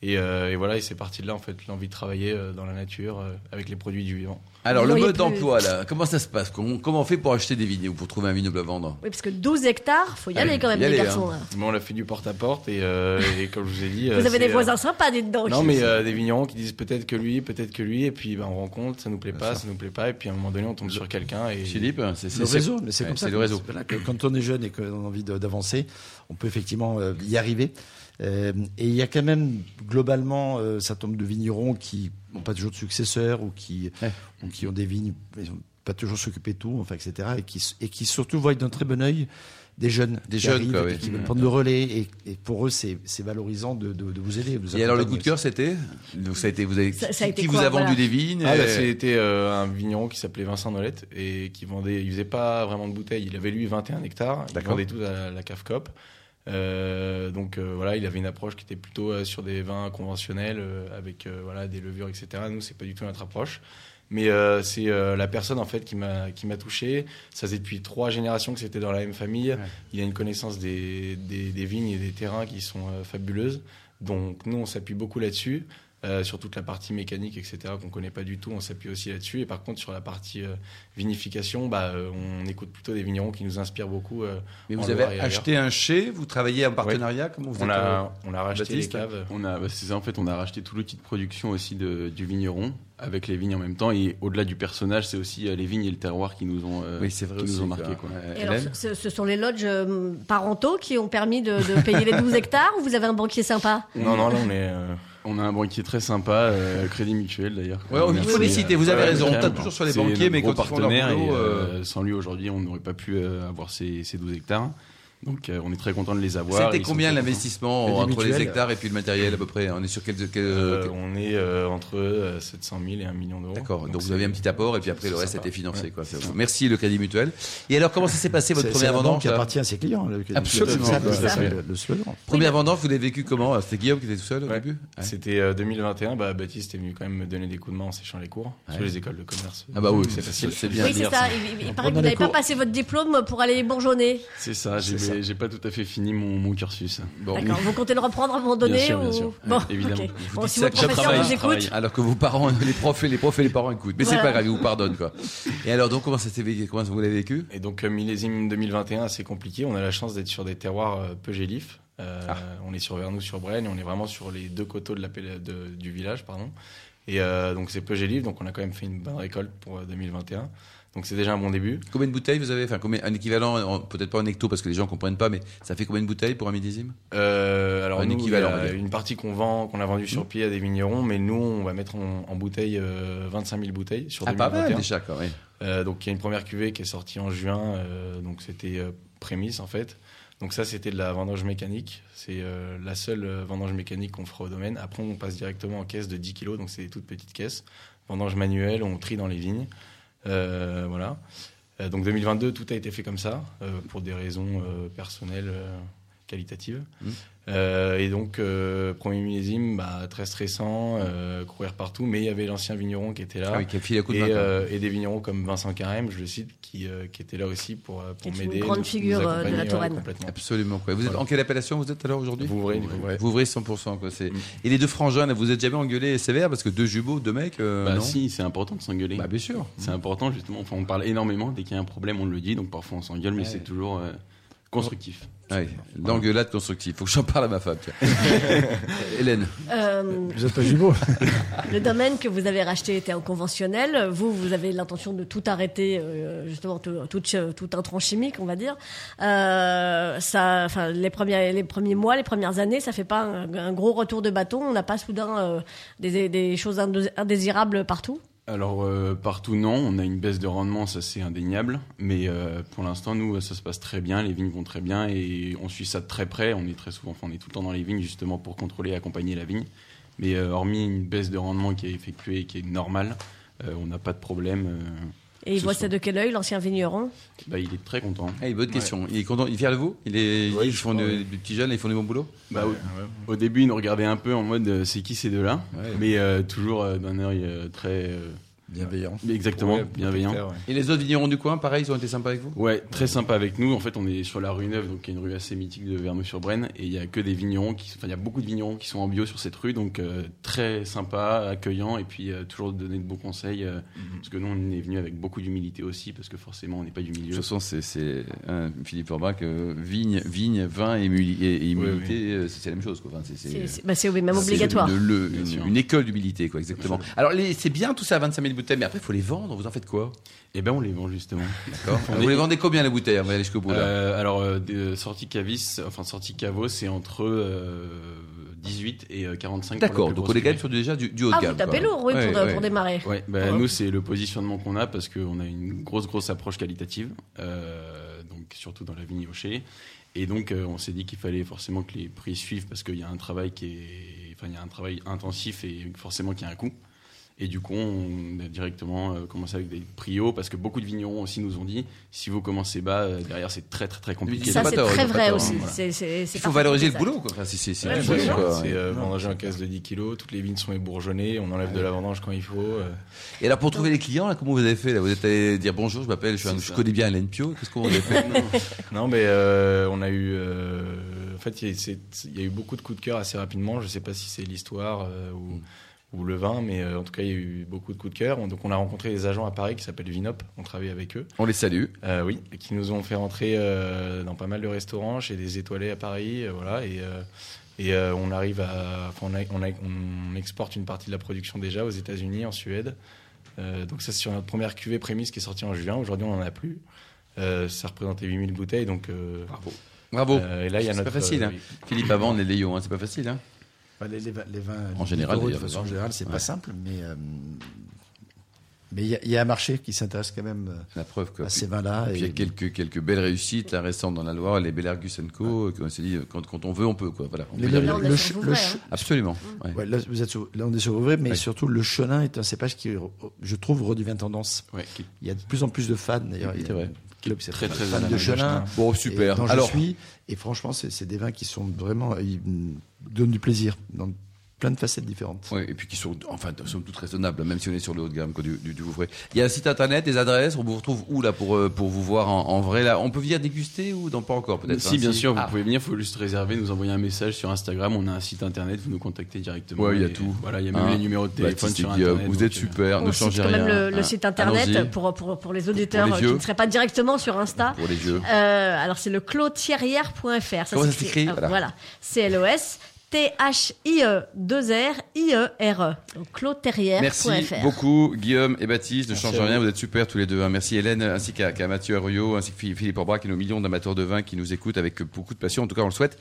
Speaker 6: Et, euh, et voilà, et c'est parti de là en fait l'envie de travailler euh, dans la nature euh, avec les produits du vivant.
Speaker 2: Alors,
Speaker 3: Vous
Speaker 2: le
Speaker 3: voyez
Speaker 2: mode
Speaker 3: plus.
Speaker 2: d'emploi, là, comment ça se passe comment, comment on fait pour acheter des vignes ou pour trouver un vignoble à vendre
Speaker 3: Oui, parce que 12 hectares, faut y
Speaker 2: Ah
Speaker 3: aller
Speaker 2: oui,
Speaker 3: quand même,
Speaker 2: y
Speaker 3: les
Speaker 2: aller,
Speaker 3: garçons. hein.
Speaker 6: Mais on l'a fait du porte à porte et, euh, et comme je vous ai dit, euh,
Speaker 3: Vous avez
Speaker 6: c'est,
Speaker 3: des
Speaker 6: euh,
Speaker 3: voisins sympas, dites donc.
Speaker 6: non mais euh, des vignerons qui disent peut-être que lui, peut-être que lui, et puis ben, on rencontre, ça nous plaît pas, ça nous plaît pas, et puis à un moment donné on tombe sur quelqu'un et
Speaker 2: Philippe, c'est c'est-
Speaker 5: le
Speaker 2: c'est-
Speaker 5: réseau, mais c'est
Speaker 2: Ouais,
Speaker 5: comme ça.
Speaker 2: C'est le
Speaker 5: que-
Speaker 2: réseau.
Speaker 5: voilà, que quand on est jeune et qu'on a envie de- d'avancer, on peut effectivement euh, y arriver. Euh, et il y a quand même globalement euh, certain nombre de vignerons qui n'ont pas toujours de successeurs ou qui,
Speaker 2: Ouais.
Speaker 5: ou qui ont des vignes, mais ils n'ont pas toujours s'occuper de tout, enfin, etc. Et qui, s- et qui surtout voient d'un très bon œil des jeunes,
Speaker 2: Des
Speaker 5: qui
Speaker 2: jeunes,
Speaker 5: arrivent
Speaker 2: quoi,
Speaker 5: et
Speaker 2: ouais.
Speaker 5: qui veulent prendre le relais. Et, et pour eux, c'est c'est valorisant de, de- de vous aider. de vous
Speaker 2: Et alors, le coup
Speaker 5: accompagner.
Speaker 2: de cœur, c'était Donc, ça a été. Vous avez,
Speaker 3: Ça- ça a
Speaker 2: qui-
Speaker 3: été
Speaker 2: qui
Speaker 3: quoi,
Speaker 2: vous a vendu
Speaker 3: voilà.
Speaker 2: des vignes
Speaker 6: Ah,
Speaker 2: et-
Speaker 6: bah, c'était euh, un vigneron qui s'appelait Vincent Nolette et qui vendait, il faisait pas vraiment de bouteilles, il avait lui 21 hectares, il
Speaker 2: D'accord.
Speaker 6: vendait tout à la, la cave COP. Euh, donc euh, voilà, il avait une approche qui était plutôt euh, sur des vins conventionnels euh, avec euh, voilà des levures etc. Nous c'est pas du tout notre approche, mais euh, c'est euh, la personne en fait qui m'a qui m'a touché. Ça faisait depuis trois générations que c'était dans la même famille. Il a une connaissance des, des, des vignes et des terrains qui sont euh, fabuleuses. Donc nous on s'appuie beaucoup là-dessus. Euh, sur toute la partie mécanique, etc., qu'on connaît pas du tout, on s'appuie aussi là-dessus. Et par contre, sur la partie euh, vinification, bah, euh, on écoute plutôt des vignerons qui nous inspirent beaucoup. euh.
Speaker 2: Mais
Speaker 6: en
Speaker 2: vous
Speaker 6: Loire
Speaker 2: avez
Speaker 6: et
Speaker 2: acheté un chai, vous travaillez en partenariat, comment vous
Speaker 6: on,
Speaker 2: êtes, euh,
Speaker 6: a, on a racheté
Speaker 2: Baptiste
Speaker 6: les caves.
Speaker 7: On a, bah, c'est ça en fait, on a racheté tout l'outil de production aussi de, du vigneron avec les vignes en même temps et au-delà du personnage, c'est aussi euh, les vignes et le terroir qui nous ont, euh,
Speaker 2: Oui, c'est vrai
Speaker 7: qui nous
Speaker 2: aussi,
Speaker 7: ont marqué.
Speaker 2: quoi.
Speaker 7: quoi.
Speaker 3: Et alors,
Speaker 2: Hélène
Speaker 3: ce, ce sont les lodges euh, parentaux qui ont permis de, de payer les 12 hectares ou vous avez un banquier sympa
Speaker 7: *laughs*
Speaker 6: Non, non, là, on est. euh,
Speaker 7: On a un banquier très sympa, euh, Crédit Mutuel d'ailleurs.
Speaker 2: Ouais, on- il
Speaker 7: Merci,
Speaker 2: faut les citer, vous avez
Speaker 7: ouais,
Speaker 2: raison, on
Speaker 7: carrément.
Speaker 2: tape toujours sur les
Speaker 7: C'est
Speaker 2: banquiers,
Speaker 7: notre
Speaker 2: mais
Speaker 7: gros
Speaker 2: quand ils font leur
Speaker 7: partenaire
Speaker 2: boulot,
Speaker 7: et, euh,
Speaker 2: euh,
Speaker 7: sans lui aujourd'hui, on n'aurait pas pu euh, avoir ces, ces 12 hectares. Donc euh, on est très content de les avoir.
Speaker 2: C'était
Speaker 7: Ils sont
Speaker 2: combien
Speaker 7: très
Speaker 2: l'investissement
Speaker 5: contents.
Speaker 2: entre les
Speaker 5: Individuel.
Speaker 2: hectares et puis le matériel à peu près On est sur quel. quel-
Speaker 6: euh,
Speaker 2: quel-
Speaker 6: on est euh, entre euh, 700 000 et 1 million d'euros.
Speaker 2: D'accord, donc, vous
Speaker 6: c'est-
Speaker 2: avez un petit apport et puis après le
Speaker 6: c'est
Speaker 2: reste a
Speaker 6: sympa.
Speaker 2: été financé. Quoi. C'est- Merci le Crédit Mutuel. Et alors comment ça s'est passé votre
Speaker 5: C'est-
Speaker 2: première euh,
Speaker 5: c'est la banque
Speaker 2: vendange
Speaker 5: qui
Speaker 2: là
Speaker 5: appartient à ses clients. le- le-
Speaker 2: Absolument.
Speaker 5: c'est ça, le-
Speaker 2: C'est
Speaker 5: le-
Speaker 2: ça.
Speaker 5: le- le slogan.
Speaker 2: Première vendange, vous l'avez vécu comment Euh, C'était Guillaume qui était tout seul au
Speaker 6: Ouais.
Speaker 2: début Ouais.
Speaker 6: C'était euh, 2021, bah, Baptiste est venu quand même me donner des coups de main en séchant les cours sur
Speaker 2: Ouais.
Speaker 6: les écoles de commerce.
Speaker 2: Ah bah oui,
Speaker 6: c'est facile.
Speaker 2: c'est bien.
Speaker 3: Oui, c'est
Speaker 2: dire
Speaker 3: ça. Il, il- il paraît que
Speaker 5: prenant
Speaker 3: vous
Speaker 5: les
Speaker 3: n'avez pas
Speaker 5: cours.
Speaker 3: passé votre diplôme pour aller bourgeonner.
Speaker 7: contents. C'est ça, j'ai
Speaker 5: C'est
Speaker 7: j'ai pas tout à fait fini mon, mon cursus.
Speaker 2: Bon.
Speaker 3: D'accord. Vous comptez le reprendre à un moment donné
Speaker 7: Bien sûr, bien
Speaker 3: ou...
Speaker 7: sûr.
Speaker 3: Bon,
Speaker 7: Ouais, évidemment.
Speaker 3: ok.
Speaker 7: Vous
Speaker 3: Bon,
Speaker 2: dites
Speaker 3: si
Speaker 2: ça
Speaker 3: vos
Speaker 2: que je
Speaker 3: professeurs
Speaker 7: travaille,
Speaker 3: vous
Speaker 7: je travaille.
Speaker 3: écoutent,
Speaker 2: Alors que vos parents, les profs, et les profs et les parents écoutent. Mais c'est
Speaker 3: Voilà.
Speaker 2: pas grave, ils vous pardonnent quoi. Et alors donc comment ça s'est vécu Comment vous l'avez vécu
Speaker 6: Et donc, euh, millésime 2021, c'est compliqué. On a la chance d'être sur des terroirs euh, peu gélifs. Euh,
Speaker 2: Ah.
Speaker 6: On est sur Vernoux-sur-Brenne et on est vraiment sur les deux coteaux de la, de, du village. pardon. Et euh, donc, c'est peu gélif. Donc, on a quand même fait une bonne récolte pour euh, 2021. Donc, c'est déjà un bon début.
Speaker 2: Combien de bouteilles vous avez Enfin combien un équivalent, en- peut-être pas en hecto parce que les gens comprennent pas, mais ça fait combien de bouteilles pour un millésime
Speaker 6: Euh, alors,
Speaker 2: Un
Speaker 6: nous,
Speaker 2: équivalent, Mmh.
Speaker 6: il y a
Speaker 2: on va dire.
Speaker 6: une partie qu'on vend, qu'on a vendue sur pied à des vignerons, mais nous, on va mettre en, en bouteille euh, 25 000 bouteilles sur
Speaker 2: Ah pas
Speaker 6: 2021.
Speaker 2: mal déjà quoi. ouais.
Speaker 6: Euh, donc il y a une première cuvée qui est sortie en juin, euh, donc c'était euh, prémisse en fait. Donc ça c'était de la vendange mécanique, c'est euh, la seule euh, vendange mécanique qu'on fera au domaine. Après on passe directement en caisse de 10 kilos, donc c'est des toutes petites caisses. Vendange manuelle, on trie dans les vignes. Euh, voilà. Euh, donc 2022, tout a été fait comme ça, euh, pour des raisons euh, personnelles, euh, qualitatives.
Speaker 2: Mhm.
Speaker 6: Euh, et donc, euh, premier millésime, bah, très stressant, euh, courir partout, mais il y avait l'ancien vigneron qui était là.
Speaker 2: Ah oui, qui a filé à coup de
Speaker 6: Et,
Speaker 2: main, quoi.
Speaker 6: euh, et des vignerons comme Vincent Carême, je le cite, qui, euh, qui était là aussi pour, euh,
Speaker 3: Qui
Speaker 6: pour
Speaker 3: est une
Speaker 6: m'aider.
Speaker 3: grande
Speaker 6: nous- nous
Speaker 3: figure, euh, de la
Speaker 6: accompagner, ouais,
Speaker 3: Touraine.
Speaker 6: complètement.
Speaker 2: Absolument. Quoi. Vous êtes en quelle appellation vous êtes alors aujourd'hui
Speaker 6: Vous ouvrez, Mm. du coup, ouais.
Speaker 2: Vous ouvrez 100%. Quoi. c'est- Et les deux frangins, vous êtes jamais engueulés sévère parce que deux jumeaux, deux mecs euh,
Speaker 7: Bah
Speaker 2: non
Speaker 7: si, c'est important de s'engueuler.
Speaker 2: Bah, bien sûr.
Speaker 7: C'est important justement. Enfin, on parle énormément dès qu'il y a un problème, on le dit. Donc parfois on s'engueule, mais c'est toujours euh, constructif.
Speaker 2: Ouais, L'engueulade constructive. Faut que j'en parle à ma femme.
Speaker 6: *laughs*
Speaker 2: tiens. Hélène.
Speaker 3: Euh,
Speaker 5: Vous êtes un jumeau.
Speaker 3: le domaine que vous avez racheté était en conventionnel. Vous, vous avez l'intention de tout arrêter, euh, justement, tout, tout, ch- tout intrant chimique, on va dire. Euh, ça, enfin, les premiers, les premiers mois, les premières années, ça fait pas un, un gros retour de bâton. On n'a pas soudain euh, des, des choses indé- indésirables partout.
Speaker 7: Alors euh, partout non, on a une baisse de rendement, ça c'est indéniable. Mais euh, pour l'instant, nous, ça se passe très bien. Les vignes vont très bien et on suit ça de très près. On est très souvent, enfin, on est tout le temps dans les vignes justement pour contrôler et accompagner la vigne. Mais euh, hormis une baisse de rendement qui est effectuée et qui est normale, euh, on n'a pas de problème. euh,
Speaker 3: Et il
Speaker 7: Ce
Speaker 3: voit
Speaker 7: sont-
Speaker 3: ça de quel œil, l'ancien vigneron
Speaker 7: bah, il est très content.
Speaker 2: Hey, bonne question. Il est content, il est fier de vous il est,
Speaker 6: Ouais,
Speaker 2: Ils
Speaker 6: je
Speaker 2: font
Speaker 6: crois,
Speaker 2: de-
Speaker 6: ouais.
Speaker 2: du petit jeune, ils font du bon boulot
Speaker 7: Bah, au- Au début, ils nous regardaient un peu en mode euh, c'est qui ces deux-là
Speaker 2: Ouais.
Speaker 7: Mais euh, toujours euh, d'un œil euh, très. euh,
Speaker 5: Bienveillant.
Speaker 7: exactement,
Speaker 6: Ouais,
Speaker 7: bienveillant.
Speaker 6: protecteur, ouais.
Speaker 2: Et les autres vignerons du coin, pareil, ils ont été sympas avec vous
Speaker 7: Ouais, très sympa avec nous. En fait, on est sur la rue Neuve, donc qui est une rue assez mythique de Verneux-sur-Brenne. Et il y a que des vignerons qui. Enfin, il y a beaucoup de vignerons qui sont en bio sur cette rue. Donc, euh, très sympa, accueillant. Et puis, euh, toujours donner de bons conseils. euh,
Speaker 2: Mhm.
Speaker 7: Parce que nous, on est venu avec beaucoup d'humilité aussi. Parce que forcément, on n'est pas du
Speaker 2: De
Speaker 7: milieu.
Speaker 2: toute façon, c'est- c'est hein, Philippe Orbach, euh, vigne, vigne, vin et, muli- et- et humilité, euh, c'est c'est la même chose. Quoi. Enfin, c'est-
Speaker 3: C'est
Speaker 2: c'est-
Speaker 3: c'est- bah, c'est obli- même
Speaker 2: c'est
Speaker 3: obligatoire.
Speaker 2: Une, le-
Speaker 7: Bien
Speaker 2: une-
Speaker 7: sûr.
Speaker 2: une école d'humilité, quoi, exactement. Alors, les- c'est bien tout ça à 25 000 bouteilles, mais après, il faut les vendre. Vous en faites quoi
Speaker 7: Et ben, on les vend justement.
Speaker 2: D'accord
Speaker 7: On
Speaker 2: Vous
Speaker 7: est-
Speaker 2: les vendez combien la bouteille On va aller jusqu'au bout là.
Speaker 7: Euh, alors, euh, des- euh, sortie cavis, enfin sortie caveau, c'est entre euh, 18 et euh, 45. pour la
Speaker 2: D'accord,
Speaker 7: plus
Speaker 2: donc on
Speaker 7: grosse
Speaker 2: est quand même
Speaker 7: cuvée.
Speaker 2: sur du- déjà du, du haut
Speaker 3: Ah,
Speaker 2: de gamme.
Speaker 3: vous tapez
Speaker 2: quoi.
Speaker 3: lourd, oui,
Speaker 2: Ouais,
Speaker 3: pour,
Speaker 2: ouais.
Speaker 3: pour démarrer.
Speaker 7: Ouais, bah,
Speaker 3: Ouais.
Speaker 7: nous c'est le positionnement qu'on a parce qu'on a une grosse grosse approche qualitative, euh, donc surtout dans la vigne hochée. Et donc euh, on s'est dit qu'il fallait forcément que les prix suivent parce qu'il y a un travail qui est, enfin il y a un travail intensif et forcément qu'il y a un coût. Et du coup, on a directement euh, commencé avec des prix hauts parce que beaucoup de vignerons aussi nous ont dit si vous commencez bas, euh, derrière c'est très très très compliqué.
Speaker 2: ils
Speaker 3: Ça,
Speaker 2: ont pas
Speaker 3: c'est
Speaker 2: tort, ils
Speaker 3: très
Speaker 2: ont pas
Speaker 3: vrai
Speaker 2: tort,
Speaker 3: aussi.
Speaker 7: voilà.
Speaker 3: C'est- c'est- c'est
Speaker 2: Il faut
Speaker 3: parfaitement
Speaker 2: valoriser le
Speaker 3: ça.
Speaker 2: boulot. Quoi. Enfin, c'est- c'est- c'est-
Speaker 3: Ouais,
Speaker 2: c'est-
Speaker 3: bien
Speaker 2: c'est-
Speaker 3: sûr.
Speaker 2: quoi.
Speaker 6: C'est euh, vendange en caisse de 10 kilos, toutes les vignes sont ébourgeonnées, on enlève de la vendange quand il faut. euh.
Speaker 2: Et alors pour trouver les clients, là, comment vous avez fait là Vous êtes allé dire bonjour, je m'appelle, je, suis un-
Speaker 7: C'est
Speaker 2: je
Speaker 7: ça.
Speaker 2: connais bien Hélène Pio. Qu'est-ce qu'on vous avez
Speaker 7: *laughs*
Speaker 2: fait
Speaker 6: Non, mais euh, on a eu. euh, en fait, il y, a- c'est- il y a eu beaucoup de coups de cœur assez rapidement. Je sais pas si c'est l'histoire euh, ou, ou le vin, mais euh, en tout cas, il y a eu beaucoup de coups de cœur. On- donc, on a rencontré des agents à Paris qui s'appellent Vinop. On travaille avec eux.
Speaker 2: On les salue.
Speaker 6: Euh, oui, et qui nous ont fait rentrer euh, dans pas mal de restaurants, chez des étoilés à Paris, euh, voilà, et, euh, et euh, on arrive à, enfin, on, a- on a- on exporte une partie de la production déjà aux États-Unis, en Suède. Euh, donc ça c'est sur notre première cuvée prémisse qui est sortie en juin. Aujourd'hui on en a plus. Euh, ça représentait 8000 bouteilles, donc. euh,
Speaker 2: Bravo.
Speaker 6: euh, et là il y a
Speaker 2: C'est pas
Speaker 6: notre.
Speaker 2: facile, hein. Philippe, avant, les Léons, hein, c'est pas facile. Hein.
Speaker 5: Bah, les, les vins- les vins
Speaker 2: En général,
Speaker 5: liquoreux,
Speaker 2: d'ailleurs,
Speaker 5: de façon
Speaker 2: les vins.
Speaker 5: générale, c'est
Speaker 2: Ouais.
Speaker 5: pas simple, mais euh, mais il y, a- il y a un marché qui s'intéresse quand même euh,
Speaker 2: La preuve
Speaker 7: Ah,
Speaker 2: que.
Speaker 5: à ces vins-là.
Speaker 2: Puis il y a
Speaker 5: Et,
Speaker 2: quelques, quelques belles réussites là, récentes dans la Loire, les Bellargus Co. qu'on s'est dit, euh, quand, quand on veut, on peut. Quoi. Voilà, on
Speaker 5: les-
Speaker 2: peut y
Speaker 5: le-
Speaker 3: Là, on
Speaker 2: arriver.
Speaker 3: est
Speaker 5: le
Speaker 3: sur
Speaker 5: ch-
Speaker 3: vous,
Speaker 5: le
Speaker 3: vrai,
Speaker 5: ch-
Speaker 3: hein.
Speaker 2: Absolument.
Speaker 7: Mm.
Speaker 2: ouais.
Speaker 5: ouais, là, vous êtes sur- là, on est sur Ouvray, mais
Speaker 2: Ouais.
Speaker 5: surtout le chenin est un cépage qui, re- je trouve, redevient tendance.
Speaker 7: Ouais, qui-
Speaker 5: Il y a de plus en plus de fans d'ailleurs.
Speaker 2: C'est
Speaker 5: Il y a
Speaker 2: vrai.
Speaker 5: un Club, c'est
Speaker 7: Très, très
Speaker 5: fan
Speaker 7: fan
Speaker 5: de
Speaker 7: de
Speaker 5: chenin.
Speaker 7: Chenin.
Speaker 2: Bon,
Speaker 5: Et
Speaker 2: super.
Speaker 5: dont je
Speaker 2: Alors,
Speaker 5: suis. Et franchement, c'est c'est des vins qui sont vraiment, ils mm, donnent du plaisir dans plein de facettes différentes.
Speaker 2: ouais, et puis qui sont, enfin, sont toutes raisonnables, même si on est sur le haut de gamme quoi, du, du, du Vouvray. Il y a un site internet, des adresses, on vous retrouve où là pour, euh, pour vous voir en, en vrai là On peut venir déguster ou non pas encore peut-être
Speaker 7: Si,
Speaker 2: hein,
Speaker 7: bien sûr, vous
Speaker 2: Ah,
Speaker 7: pouvez venir, il faut juste réserver, nous envoyer un message sur Instagram, on a un site internet, vous nous contactez directement.
Speaker 2: Ouais, il y a
Speaker 7: Et
Speaker 2: tout.
Speaker 7: Voilà, il y a même
Speaker 2: Hein,
Speaker 7: les numéros de téléphone
Speaker 2: Baptiste
Speaker 7: sur
Speaker 2: et Guillaume,
Speaker 7: internet.
Speaker 2: vous
Speaker 7: donc,
Speaker 2: êtes
Speaker 7: euh,
Speaker 2: super, ne
Speaker 3: On cite
Speaker 2: changez
Speaker 3: quand
Speaker 2: rien.
Speaker 3: même le, le
Speaker 2: Hein.
Speaker 3: site
Speaker 2: Allons-y.
Speaker 3: internet pour, pour, pour les auditeurs
Speaker 2: Pour les
Speaker 3: euh, qui
Speaker 2: vieux.
Speaker 3: ne seraient pas directement sur Insta.
Speaker 2: pour les vieux.
Speaker 3: Euh, alors, c'est le clotierrière.fr.
Speaker 2: Comment ça s'écrit
Speaker 3: euh,
Speaker 2: Voilà.
Speaker 3: Voilà. C-L-O-S. E T-H-I-E-2-R-I-E-R-E. E Donc, clotierrière.fr.
Speaker 2: Merci beaucoup, Guillaume et Baptiste. Ne change rien, vous êtes super tous les deux. hein. Merci Hélène, ainsi qu'à qu'à Mathieu Arroyo, ainsi que Philippe Orbach et nos millions d'amateurs de vin qui nous écoutent avec beaucoup de passion. En tout cas, on le souhaite.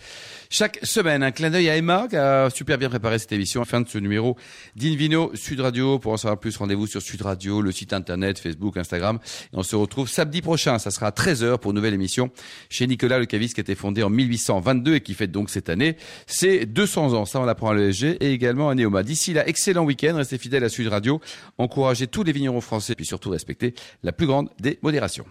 Speaker 2: Chaque semaine, un clin d'œil à Emma qui a super bien préparé cette émission. Fin de ce numéro d'Invino Sud Radio. Pour en savoir plus, rendez-vous sur Sud Radio, le site internet, Facebook, Instagram. Et on se retrouve samedi prochain. Ça sera à 13h pour une nouvelle émission chez Nicolas Lecavis qui a été fondé en 1822 et qui fête donc cette année ses 200 ans. Ça, on l'apprend à l'ESG et également à Neoma. D'ici là, excellent week-end. Restez fidèles à Sud Radio. Encouragez tous les vignerons français, puis surtout respectez la plus grande des modérations.